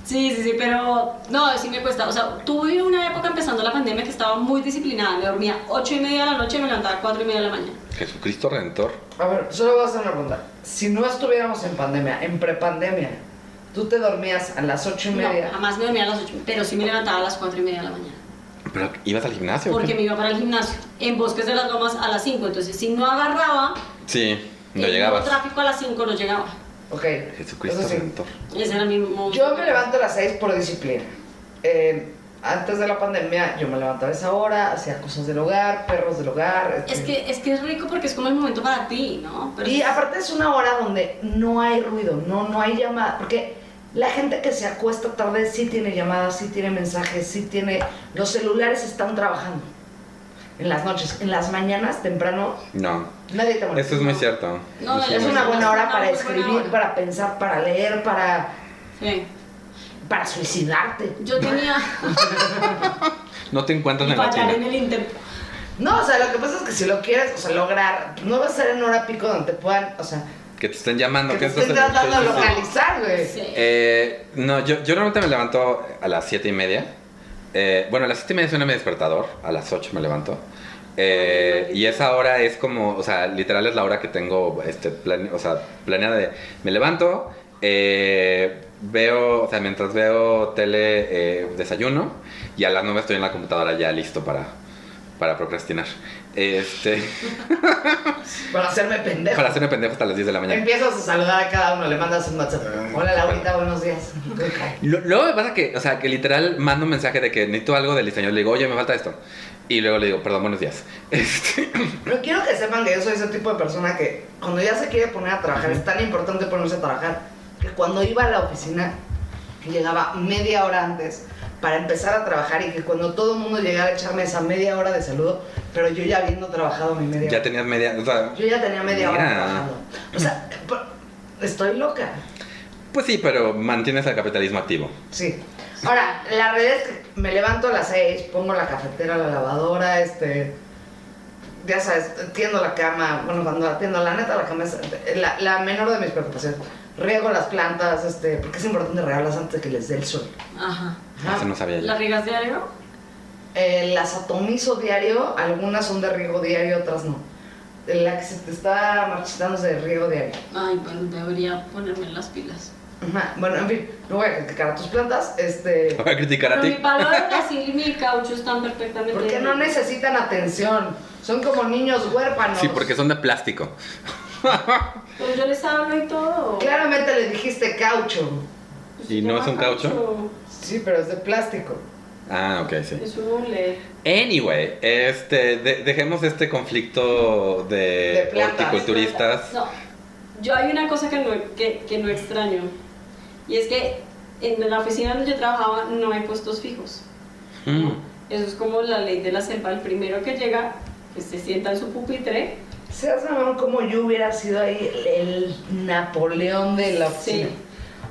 [SPEAKER 3] Sí, sí, sí, pero no, sí me cuesta. O sea, tuve una época empezando la pandemia que estaba muy disciplinada. Me dormía 8 y media de la noche y me levantaba a 4 y media de la mañana.
[SPEAKER 1] Jesucristo Redentor.
[SPEAKER 2] A ver, solo voy a hacer una pregunta. Si no estuviéramos en pandemia, en prepandemia, ¿tú te dormías a las 8 y
[SPEAKER 3] No,
[SPEAKER 2] media?
[SPEAKER 3] jamás me dormía a las 8, pero sí me levantaba a las 4 y media de la mañana.
[SPEAKER 1] ¿Pero ibas al gimnasio? o qué?
[SPEAKER 3] Porque me iba para el gimnasio en Bosques de las Lomas a las 5. Entonces, si no agarraba,
[SPEAKER 1] Sí, no
[SPEAKER 3] el
[SPEAKER 1] llegabas.
[SPEAKER 3] tráfico a las 5 no llegaba.
[SPEAKER 2] Ok.
[SPEAKER 1] Jesucristo
[SPEAKER 2] eso sí.
[SPEAKER 1] Redentor.
[SPEAKER 3] Ese era mi momento.
[SPEAKER 2] Yo me levanto a las 6 por disciplina. Eh, antes de la pandemia yo me levantaba a esa hora, hacía cosas del hogar, perros del hogar.
[SPEAKER 3] Es
[SPEAKER 2] este,
[SPEAKER 3] que, es que es rico porque es como el momento para ti, ¿no? Pero
[SPEAKER 2] Y aparte es una hora donde no hay ruido, no, no hay llamada, porque la gente que se acuesta tarde sí tiene llamadas, sí tiene mensajes, sí tiene... Los celulares están trabajando en las noches, en las mañanas temprano
[SPEAKER 1] No,
[SPEAKER 2] nadie te molesta.
[SPEAKER 1] eso es muy cierto.
[SPEAKER 3] No,
[SPEAKER 1] Eso
[SPEAKER 2] Es
[SPEAKER 1] muy
[SPEAKER 2] una
[SPEAKER 1] cierto.
[SPEAKER 2] buena hora
[SPEAKER 3] Una
[SPEAKER 2] para
[SPEAKER 3] muy buena
[SPEAKER 2] escribir,
[SPEAKER 3] hora.
[SPEAKER 2] para pensar, para leer, para,
[SPEAKER 3] Sí.
[SPEAKER 2] para suicidarte.
[SPEAKER 3] Yo tenía
[SPEAKER 1] No te encuentras
[SPEAKER 3] y
[SPEAKER 1] en la
[SPEAKER 3] fallar
[SPEAKER 1] China.
[SPEAKER 3] en el intento.
[SPEAKER 2] No, o sea, lo que pasa es que si lo quieres, o sea, lograr, no va a ser en hora pico donde te puedan, o sea,
[SPEAKER 1] Que te estén llamando.
[SPEAKER 2] que te
[SPEAKER 1] estás
[SPEAKER 2] estén
[SPEAKER 1] en-
[SPEAKER 2] tratando de
[SPEAKER 1] sí, sí, sí.
[SPEAKER 2] localizar, güey.
[SPEAKER 3] Sí.
[SPEAKER 1] Eh, no, yo, yo normalmente me levanto a las 7 y media. Eh, bueno, a las 7 y media suena mi despertador, a las 8 me levanto. Eh,
[SPEAKER 3] Ay, maldita.
[SPEAKER 1] y esa hora es como, o sea, literal es la hora que tengo este plane- o sea, planeada de. Me levanto, eh, veo, o sea, mientras veo tele, eh, desayuno, y a las 9 estoy en la computadora ya listo para, para procrastinar. Este, [laughs]
[SPEAKER 2] Para hacerme pendejo.
[SPEAKER 1] para hacerme pendejo hasta las 10 de la mañana. Mm.
[SPEAKER 2] Empiezas a saludar a cada uno, le mandas un WhatsApp. Hola Laurita, buenos días.
[SPEAKER 1] Lo- Luego me pasa que, o sea, que literal mando un mensaje de que necesito algo del diseñador. Le digo, oye, me falta esto. Y luego le digo, perdón, buenos días. [laughs] Este,
[SPEAKER 2] Pero quiero que sepan que yo soy ese tipo de persona que cuando ya se quiere poner a trabajar, es tan importante ponerse a trabajar, que cuando iba a la oficina llegaba media hora antes para empezar a trabajar y que cuando todo el mundo llegara a echarme esa media hora de saludo, pero yo ya habiendo trabajado mi media
[SPEAKER 1] ya
[SPEAKER 2] hora.
[SPEAKER 1] tenías media. O sea,
[SPEAKER 2] Yo ya tenía media hora
[SPEAKER 1] Mira.
[SPEAKER 2] trabajando. O sea, por- estoy loca.
[SPEAKER 1] pues sí, pero mantienes el capitalismo activo.
[SPEAKER 2] Sí. Ahora, la realidad es que me levanto a las 6, pongo la cafetera, la lavadora, este. Ya sabes, tiendo la cama. Bueno, cuando la tiendo, la neta, la cama es la, la menor de mis preocupaciones. Riego las plantas, este. Porque es importante regarlas antes de que les dé el sol.
[SPEAKER 3] Ajá.
[SPEAKER 2] Ajá.
[SPEAKER 1] Eso no sabía yo.
[SPEAKER 3] Ah. ¿La riegas diario?
[SPEAKER 2] Eh, las atomizo diario, algunas son de riego diario, otras no. La que se te está marchitando es de riego diario.
[SPEAKER 3] Ay, bueno, debería ponerme las pilas.
[SPEAKER 2] Ajá. Bueno, en fin, no voy a criticar a tus plantas, este.
[SPEAKER 1] [laughs] Voy a criticar a
[SPEAKER 3] Pero mi
[SPEAKER 1] ti.
[SPEAKER 3] palo de Brasil y mi caucho están perfectamente.
[SPEAKER 2] Porque no necesitan atención. Son como niños huérfanos.
[SPEAKER 1] Sí, porque son de plástico.
[SPEAKER 3] Pero Pues yo les hablo y todo.
[SPEAKER 2] Claramente le dijiste caucho.
[SPEAKER 3] Pues
[SPEAKER 1] ¿Y
[SPEAKER 3] se
[SPEAKER 1] no
[SPEAKER 3] llama
[SPEAKER 1] es un caucho?
[SPEAKER 2] Sí, pero es de plástico.
[SPEAKER 1] Ah, ok, sí.
[SPEAKER 3] Es un hule.
[SPEAKER 1] Anyway, este, de- dejemos este conflicto
[SPEAKER 2] De
[SPEAKER 1] de,
[SPEAKER 2] plantas.
[SPEAKER 1] horticulturistas.
[SPEAKER 3] No, yo hay una cosa que no, que, que no extraño. Y es que en la oficina donde yo trabajaba no hay puestos fijos.
[SPEAKER 1] Mm.
[SPEAKER 3] Eso es como la ley de la selva. El primero que llega, pues se sienta en su pupitre,
[SPEAKER 2] seas mamón como yo hubiera sido ahí el, el Napoleón de la
[SPEAKER 3] Sí.
[SPEAKER 2] oficina.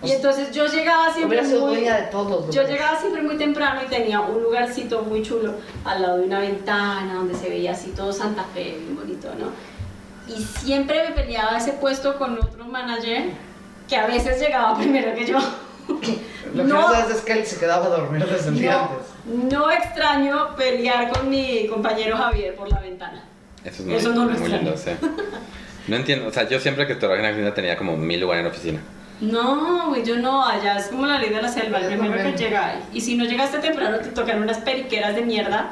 [SPEAKER 3] Y entonces yo llegaba siempre
[SPEAKER 2] Hubiera sido
[SPEAKER 3] muy,
[SPEAKER 2] dueña de todos los
[SPEAKER 3] yo
[SPEAKER 2] lugares.
[SPEAKER 3] llegaba siempre muy temprano y tenía un lugarcito muy chulo al lado de una ventana donde se veía así todo Santa Fe, muy bonito, ¿no? Y siempre me peleaba ese puesto con otro manager que a veces llegaba primero que yo.
[SPEAKER 2] Lo que
[SPEAKER 3] No.
[SPEAKER 2] no sabes es que él se quedaba a dormir desde el día
[SPEAKER 3] No,
[SPEAKER 2] antes.
[SPEAKER 3] no extraño pelear con mi compañero Javier por la ventana.
[SPEAKER 1] Eso es muy,
[SPEAKER 3] Eso no lo
[SPEAKER 1] muy lindo, sí. No entiendo, o sea, yo siempre que trabajé en la oficina tenía como mil lugares en la oficina.
[SPEAKER 3] No, güey, yo no, allá es como la ley de la selva, el
[SPEAKER 2] Yo
[SPEAKER 3] primero que
[SPEAKER 2] también.
[SPEAKER 3] llega. Y si no llegaste temprano te tocan unas periqueras de mierda,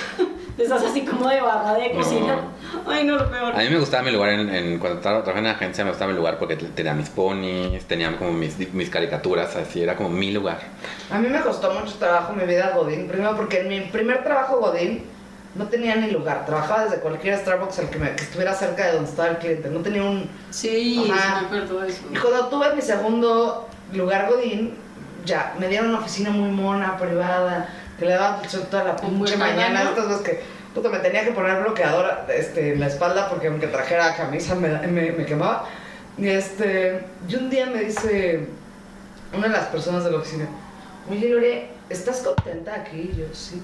[SPEAKER 3] [laughs] de esas así como de barra de
[SPEAKER 1] No.
[SPEAKER 3] cocina. Ay, no, lo peor.
[SPEAKER 1] A mí me gustaba mi lugar en, en- cuando estaba trabajando en la agencia, me gustaba mi lugar porque tenía mis ponis, tenía como mis, mis caricaturas, así, era como mi lugar.
[SPEAKER 2] A mí me costó mucho trabajo mi vida Godín. Primero porque en mi primer trabajo Godín no tenía ni lugar. Trabajaba desde cualquier Starbucks al que, me- que estuviera cerca de donde estaba el cliente. No tenía un...
[SPEAKER 3] Sí,
[SPEAKER 2] Ajá.
[SPEAKER 3] sí me acuerdo de eso.
[SPEAKER 2] Y cuando tuve mi segundo lugar Godín, ya, me dieron una oficina muy mona, privada, que le daba pulsión toda la
[SPEAKER 3] Con
[SPEAKER 2] pinche
[SPEAKER 3] buen
[SPEAKER 2] mañana.
[SPEAKER 3] banano.
[SPEAKER 2] Estas veces que... Puta, me tenía que poner bloqueador este, en la espalda porque aunque trajera camisa me, me- me quemaba. Y, este, y un día me dice una de las personas de la oficina, oye Lore, ¿estás contenta aquí? Y yo, sí.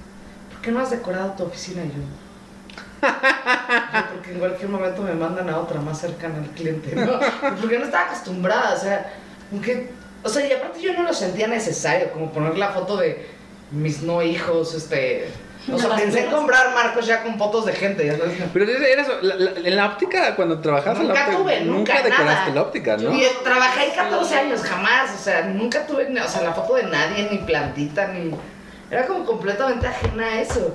[SPEAKER 2] ¿Por qué no has decorado tu oficina? Y yo, yo, porque en cualquier momento me mandan a otra más cercana al cliente, ¿no? Porque no estaba acostumbrada, o sea, como que- o sea, y aparte yo no lo sentía necesario, como poner la foto de mis no hijos, este... O sea, pensé en comprar marcos ya con fotos de gente, ya sabes.
[SPEAKER 1] Pero era eso, la- la- en la óptica, cuando trabajabas en la
[SPEAKER 2] Nunca
[SPEAKER 1] óptica,
[SPEAKER 2] tuve, nunca,
[SPEAKER 1] decoraste
[SPEAKER 2] nada.
[SPEAKER 1] la óptica, ¿no?
[SPEAKER 2] Y trabajé 14 años, jamás, o sea, nunca tuve, ni- o sea, la foto de nadie, ni plantita, ni... Era como completamente ajena a eso.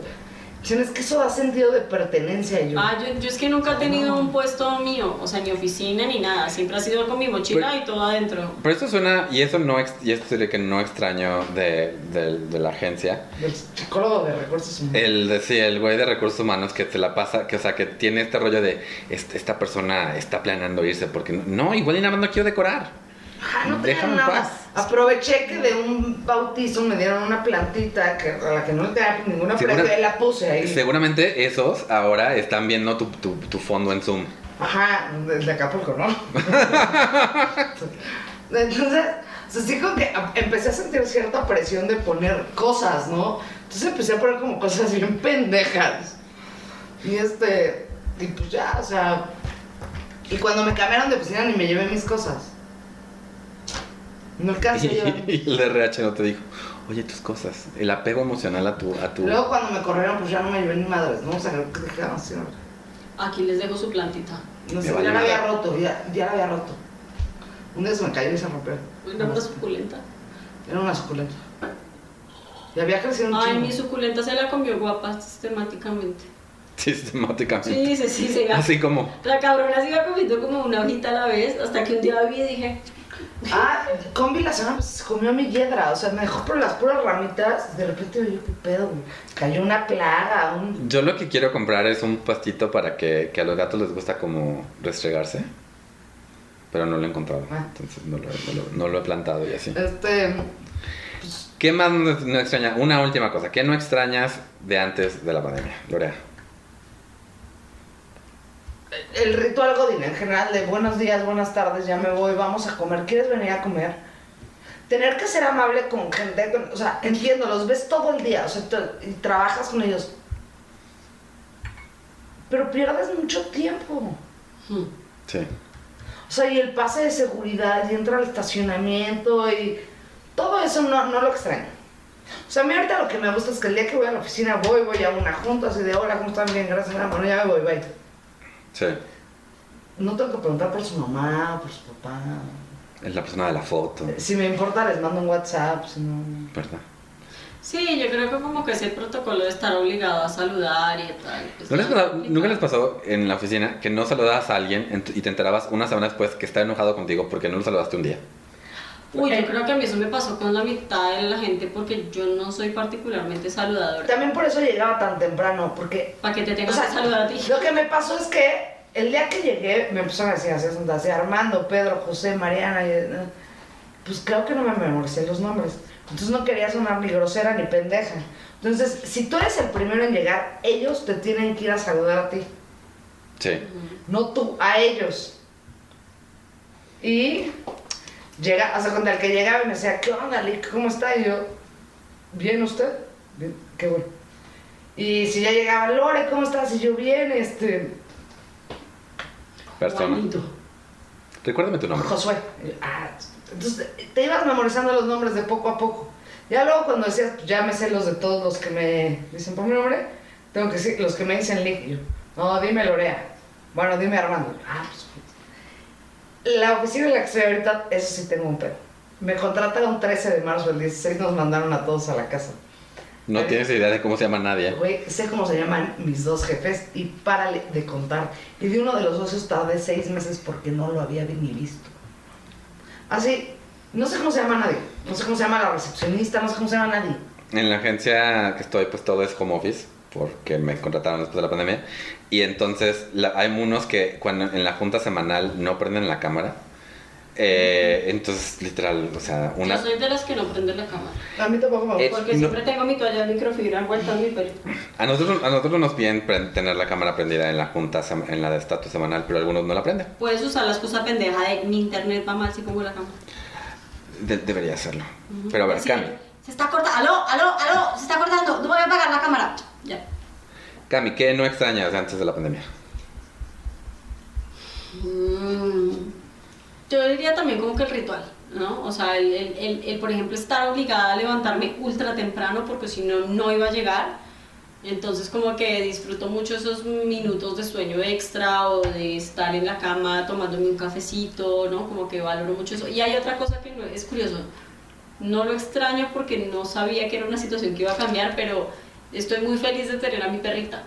[SPEAKER 2] Dicen, es que eso da sentido de pertenencia, y yo.
[SPEAKER 3] Ah, yo, yo es que nunca he tenido un puesto mío, o sea, ni oficina ni nada. Siempre ha sido con mi mochila
[SPEAKER 1] Pero-
[SPEAKER 3] y todo adentro.
[SPEAKER 1] Pero esto suena, y eso no, ex- y esto sería que no extraño de, de- de la agencia.
[SPEAKER 2] Del psicólogo de recursos humanos.
[SPEAKER 1] El de, sí, el güey de recursos humanos que se la pasa, que o sea, que tiene este rollo de "Est- esta persona está planeando irse porque no- no, igual y nada más no quiero decorar.
[SPEAKER 2] Ajá, Ah, no tenía
[SPEAKER 1] Déjame en
[SPEAKER 2] nada.
[SPEAKER 1] paz.
[SPEAKER 2] Aproveché que de un bautizo me dieron una plantita que, a la que no le tenía ninguna
[SPEAKER 1] Segura-
[SPEAKER 2] planta y la puse ahí.
[SPEAKER 1] Seguramente esos ahora están viendo tu, tu- tu fondo en Zoom.
[SPEAKER 2] Ajá, desde Acapulco, ¿no? Entonces, o sea, sí como que a- empecé a sentir cierta presión de poner cosas, ¿no? Entonces empecé a poner como cosas bien pendejas. Y este, y pues ya, o sea. Y cuando me cambiaron de oficina ni me llevé mis cosas. No
[SPEAKER 1] [laughs]
[SPEAKER 2] alcancé a llevar.
[SPEAKER 1] Y, el RH no te dijo, oye, tus cosas, el apego emocional a tu... A tu...
[SPEAKER 2] Luego cuando me corrieron, pues ya no me llevé ni madres, ¿no? O sea, creo que dejaron así, ¿no?
[SPEAKER 3] Aquí les dejo su plantita.
[SPEAKER 2] No
[SPEAKER 1] Me
[SPEAKER 2] sé,
[SPEAKER 1] vale
[SPEAKER 2] ya la
[SPEAKER 1] madre.
[SPEAKER 2] había roto, ya, ya la había roto. Un día se me cayó y se rompió.
[SPEAKER 3] Una más suculenta.
[SPEAKER 2] Era una suculenta. Y había crecido un
[SPEAKER 3] Ay,
[SPEAKER 2] chingo.
[SPEAKER 3] mi suculenta se la comió guapa sistemáticamente.
[SPEAKER 1] [laughs] Sistemáticamente.
[SPEAKER 3] Sí, sí, sí,
[SPEAKER 1] [laughs]
[SPEAKER 3] se la
[SPEAKER 1] Así como...
[SPEAKER 3] La cabrona se iba comiendo como una hojita a la vez, hasta que un día vi y dije,
[SPEAKER 2] Ah, combi la semana se comió mi hiedra. O sea, me dejó por las puras ramitas. De repente yo, qué pedo, güey? Cayó una plaga, un...
[SPEAKER 1] Yo lo que quiero comprar es un pastito para que, que a los gatos les gusta como restregarse. Pero no lo he encontrado.
[SPEAKER 2] Ah.
[SPEAKER 1] Entonces no lo, no lo- no lo he plantado y así.
[SPEAKER 2] Este...
[SPEAKER 1] ¿Qué más no, no extraña? Una última cosa. ¿Qué no extrañas de antes de la pandemia, Lorea?
[SPEAKER 2] El ritual Godín en general de buenos días, buenas tardes, ya me voy, vamos a comer. ¿Quieres venir a comer? Tener que ser amable con gente, con- o sea, entiendo, los ves todo el día, o sea, te- y trabajas con ellos. Pero pierdes mucho tiempo.
[SPEAKER 3] "Hmm,
[SPEAKER 1] Sí.
[SPEAKER 2] O sea, y el pase de seguridad, y entra al estacionamiento, y todo eso no, no lo extraño. O sea, a mí ahorita lo que me gusta es que el día que voy a la oficina voy, voy a una junta, así de hola, ¿cómo están? Bien, gracias, mi bueno, ya me voy, bye.
[SPEAKER 1] Sí.
[SPEAKER 2] No tengo que preguntar por su mamá, por su papá.
[SPEAKER 1] Es la persona de la foto.
[SPEAKER 2] Si me importa, les mando un WhatsApp, si no.
[SPEAKER 1] ¿Verdad?
[SPEAKER 3] Sí, yo creo que como que ese protocolo de estar obligado a saludar y tal. pues,
[SPEAKER 1] ¿No les
[SPEAKER 3] está
[SPEAKER 1] pasó-
[SPEAKER 3] complicado.
[SPEAKER 1] ¿Nunca les pasó en la oficina que no saludabas a alguien en tu- y te enterabas una semana después que está enojado contigo porque no lo saludaste un día?
[SPEAKER 3] Uy,
[SPEAKER 2] Eh.
[SPEAKER 3] yo creo que a mí eso me pasó con la mitad de la gente porque yo no soy particularmente saludadora.
[SPEAKER 2] También por eso llegaba tan temprano, porque
[SPEAKER 3] Para que te
[SPEAKER 2] O
[SPEAKER 3] tengas
[SPEAKER 2] sea,
[SPEAKER 3] que saludar a ti.
[SPEAKER 2] Lo que me pasó es que el día que llegué me empezaron a decir así, asunto, así, Armando, Pedro, José, Mariana, y, eh, pues creo que no me memoricé los nombres. Entonces no quería sonar ni grosera ni pendeja. Entonces, si tú eres el primero en llegar, ellos te tienen que ir a saludar a ti.
[SPEAKER 1] Sí.
[SPEAKER 2] no tú, a ellos. Y llega, hasta cuando el que llegaba y me decía, ¿qué onda, Lick? ¿Cómo está? Y yo, ¿bien usted? Bien, qué bueno. Y si ya llegaba, Lore, ¿cómo estás? Y yo, bien, este,
[SPEAKER 1] Persona.
[SPEAKER 3] Juanito.
[SPEAKER 1] Recuérdame tu nombre.
[SPEAKER 2] Josué. Y yo, ah, entonces te ibas memorizando los nombres de poco a poco. Ya luego cuando decías, "Pues ya me sé los de todos los que me dicen por mi nombre, tengo que decir, los que me dicen Lick. Y yo, no, dime Lorea. Bueno, dime Armando. Y yo, ah, pues, pues. La oficina en la que estoy ahorita, eso sí tengo un pedo. Me contrataron 13 de marzo, el 16 nos mandaron a todos a la casa.
[SPEAKER 1] No tienes idea de cómo se llama nadie.
[SPEAKER 2] Güey, sé cómo se llaman mis dos jefes y párale de contar. Y de uno de los socios tardé seis meses porque no lo había ni visto. Así, no sé cómo se llama nadie. No sé cómo se llama la recepcionista, no sé cómo se llama nadie.
[SPEAKER 1] En la agencia que estoy, pues todo es home office, porque me contrataron después de la pandemia. Y entonces la- hay unos que cuando en la junta semanal no prenden la cámara. Eh, entonces, literal, o sea, una...
[SPEAKER 3] Yo soy de las que no prende la cámara.
[SPEAKER 2] A mí tampoco me
[SPEAKER 1] Eh,
[SPEAKER 2] gusta.
[SPEAKER 3] Porque
[SPEAKER 1] No.
[SPEAKER 3] siempre tengo mi toalla de microfibra envuelta en mi pelo.
[SPEAKER 1] A nosotros, a nosotros nos piden pre- tener la cámara prendida en la junta, sem- en la de estatus semanal, pero algunos no la prenden.
[SPEAKER 3] Puedes usar la excusa pendeja de mi internet va mal si pongo la cámara.
[SPEAKER 1] De- debería hacerlo. Pero a ver,
[SPEAKER 3] Así
[SPEAKER 1] Cami,
[SPEAKER 3] que, Se está cortando. Aló, aló, aló. Se está cortando. No me voy a apagar la cámara. Ya.
[SPEAKER 1] Cami, ¿qué no extrañas de antes de la pandemia?
[SPEAKER 3] Mm, Yo diría también como que el ritual, ¿no? O sea, el, el- el- el, por ejemplo, estar obligada a levantarme ultra temprano porque si no, no iba a llegar. Entonces como que disfruto mucho esos minutos de sueño extra o de estar en la cama tomándome un cafecito, ¿no? Como que valoro mucho eso. Y hay otra cosa que no- es curioso, no lo extraño porque no sabía que era una situación que iba a cambiar, pero estoy muy feliz de tener a mi perrita.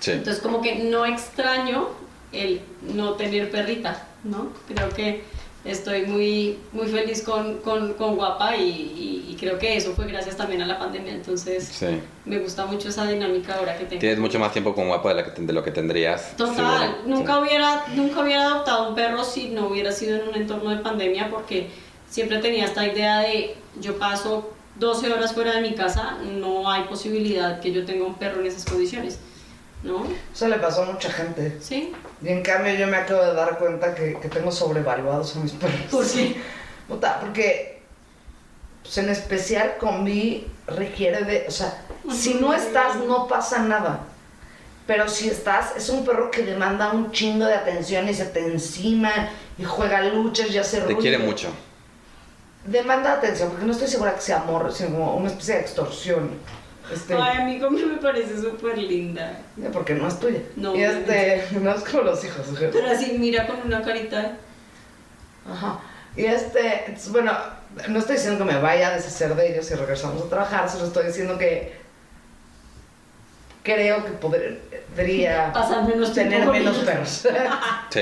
[SPEAKER 1] Sí.
[SPEAKER 3] Entonces como que no extraño el no tener perrita, ¿no? Creo que estoy muy, muy feliz con, con, con Guapa y, y- y creo que eso fue gracias también a la pandemia. Entonces
[SPEAKER 1] Sí.
[SPEAKER 3] me gusta mucho esa dinámica ahora que tengo.
[SPEAKER 1] Tienes mucho más tiempo con guapo de, la que ten- de lo que tendrías.
[SPEAKER 3] Total,
[SPEAKER 1] seguro.
[SPEAKER 3] nunca,
[SPEAKER 1] Sí.
[SPEAKER 3] hubiera, nunca hubiera adoptado un perro si no hubiera sido en un entorno de pandemia porque siempre tenía esta idea de yo paso 12 horas fuera de mi casa, no hay posibilidad que yo tenga un perro en esas condiciones, ¿no?
[SPEAKER 2] Eso le pasó a mucha gente.
[SPEAKER 3] Sí.
[SPEAKER 2] Y en cambio yo me acabo de dar cuenta que, que tengo sobrevaluados a mis perros.
[SPEAKER 3] ¿Por qué?
[SPEAKER 2] Puta, porque pues, en especial con mí requiere de, o sea, si no estás no pasa nada. Pero si estás, es un perro que demanda un chingo de atención y se te encima y juega luchas y hace
[SPEAKER 1] Te
[SPEAKER 2] ruido.
[SPEAKER 1] quiere mucho.
[SPEAKER 2] Demanda atención, porque no estoy segura que sea amor, sino como una especie de extorsión. Este,
[SPEAKER 3] Ay, a mí como me parece súper linda.
[SPEAKER 2] porque no es tuya.
[SPEAKER 3] No,
[SPEAKER 2] y este, [laughs] no es como los hijos. ¿ok?
[SPEAKER 3] Pero así mira con una carita.
[SPEAKER 2] Ajá. Y este, entonces, bueno, no estoy diciendo que me vaya a deshacer de ellos y regresamos a trabajar, solo estoy diciendo que creo que podría
[SPEAKER 3] [laughs] Pasar menos tiempo
[SPEAKER 2] tener
[SPEAKER 3] con
[SPEAKER 2] menos
[SPEAKER 3] ellos. [laughs]
[SPEAKER 2] perros.
[SPEAKER 1] Sí.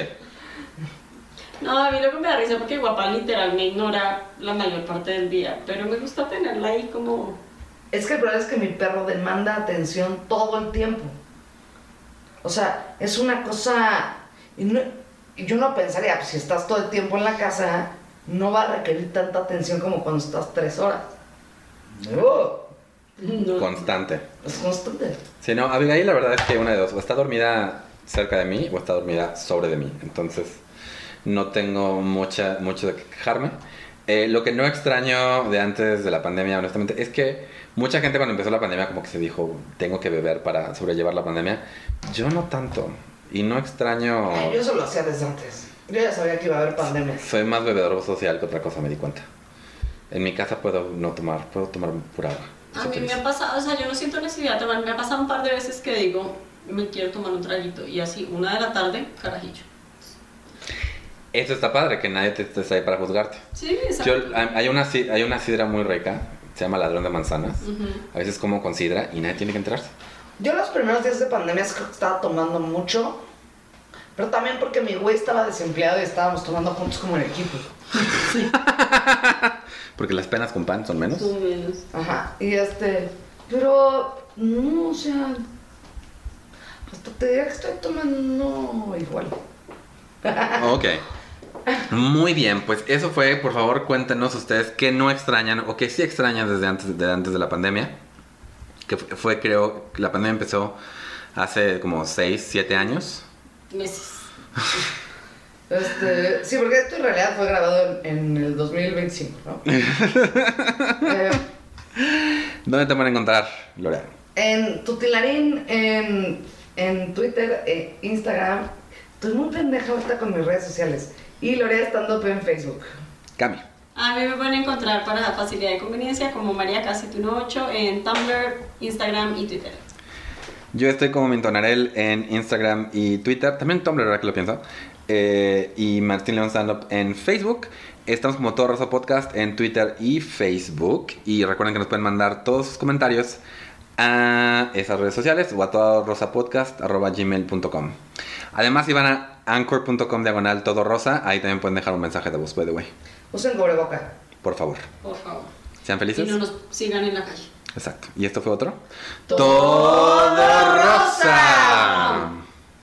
[SPEAKER 3] No, a mí lo que me da risa porque guapa literal me ignora la mayor parte del día. Pero me gusta tenerla ahí como...
[SPEAKER 2] es que el problema es que mi perro demanda atención todo el tiempo. O sea, es una cosa. Y, no- y yo no pensaría, pues si estás todo el tiempo en la casa, no va a requerir tanta atención como cuando estás tres horas. No,
[SPEAKER 3] No.
[SPEAKER 1] Constante.
[SPEAKER 2] es constante.
[SPEAKER 1] Sí, no, Abigail la verdad es que una de dos, o está dormida cerca de mí o está dormida sobre de mí, entonces no tengo mucha, mucho de qué quejarme. Eh, lo que no extraño de antes de la pandemia, honestamente, es que mucha gente cuando empezó la pandemia como que se dijo, tengo que beber para sobrellevar la pandemia. Yo no tanto, y no extraño...
[SPEAKER 2] Ay, Yo eso lo hacía desde antes. Yo ya sabía que iba a haber pandemia.
[SPEAKER 1] Soy más bebedor social que otra cosa, me di cuenta. En mi casa puedo no tomar, puedo tomar pura agua.
[SPEAKER 3] A
[SPEAKER 1] Eso
[SPEAKER 3] mí
[SPEAKER 1] te
[SPEAKER 3] me
[SPEAKER 1] dice.
[SPEAKER 3] ha pasado, o sea, yo no siento necesidad de tomar. Me ha pasado un par de veces que digo, me quiero tomar un traguito. Y así, una de la tarde, carajillo.
[SPEAKER 1] Eso está padre, que nadie te, te está ahí para juzgarte.
[SPEAKER 3] Sí,
[SPEAKER 1] Yo, ah,
[SPEAKER 3] exacto.
[SPEAKER 1] hay hay una, ci- hay una sidra muy rica, se llama ladrón de manzanas.
[SPEAKER 3] Ujú.
[SPEAKER 1] A veces como con sidra y nadie tiene que enterarse.
[SPEAKER 2] Yo los primeros días de pandemia creo que estaba tomando mucho. Pero también porque mi güey estaba desempleado y estábamos tomando juntos como en equipo.
[SPEAKER 1] Porque las penas con pan son menos.
[SPEAKER 3] Más o menos.
[SPEAKER 2] Ajá. Y este. Pero. No, o sea. Hasta te diría que estoy tomando igual.
[SPEAKER 1] Ah, Ok. Muy bien, pues eso fue. Por favor, cuéntenos ustedes qué no extrañan o qué sí extrañan desde antes de, antes de la pandemia. Que fue, fue, creo, la pandemia empezó hace como 6, 7 años.
[SPEAKER 3] meses.
[SPEAKER 2] Este, sí, porque esto en realidad fue grabado en, en el 2025, ¿no? Eh,
[SPEAKER 1] ¿Dónde te van a encontrar, Lorea?
[SPEAKER 2] en Tutilarín, en, en Twitter, eh, Instagram. Estoy muy pendeja ahorita con mis redes sociales. Y Lorea Stand Up en Facebook.
[SPEAKER 1] Cami.
[SPEAKER 3] A mí me van a encontrar para facilidad y conveniencia como María Casi 8 en Tumblr, Instagram y Twitter.
[SPEAKER 1] Yo estoy como Mintonarel en Instagram y Twitter, también Tumblr ahora que lo pienso, eh, y Martín León Stand Up en Facebook. Estamos como Todo Rosa Podcast en Twitter y Facebook. Y recuerden que nos pueden mandar todos sus comentarios a esas redes sociales o a todorosapodcast.gmail.com Además, si van a anchor.com diagonal todo rosa, ahí también pueden dejar un mensaje de voz, by the way.
[SPEAKER 2] Usen cobreboca.
[SPEAKER 1] Por favor,
[SPEAKER 3] Por favor.
[SPEAKER 1] sean
[SPEAKER 3] Y
[SPEAKER 1] felices.
[SPEAKER 3] no nos sigan en la calle.
[SPEAKER 1] Exacto. ¿Y esto fue otro?
[SPEAKER 2] Todo Rosa.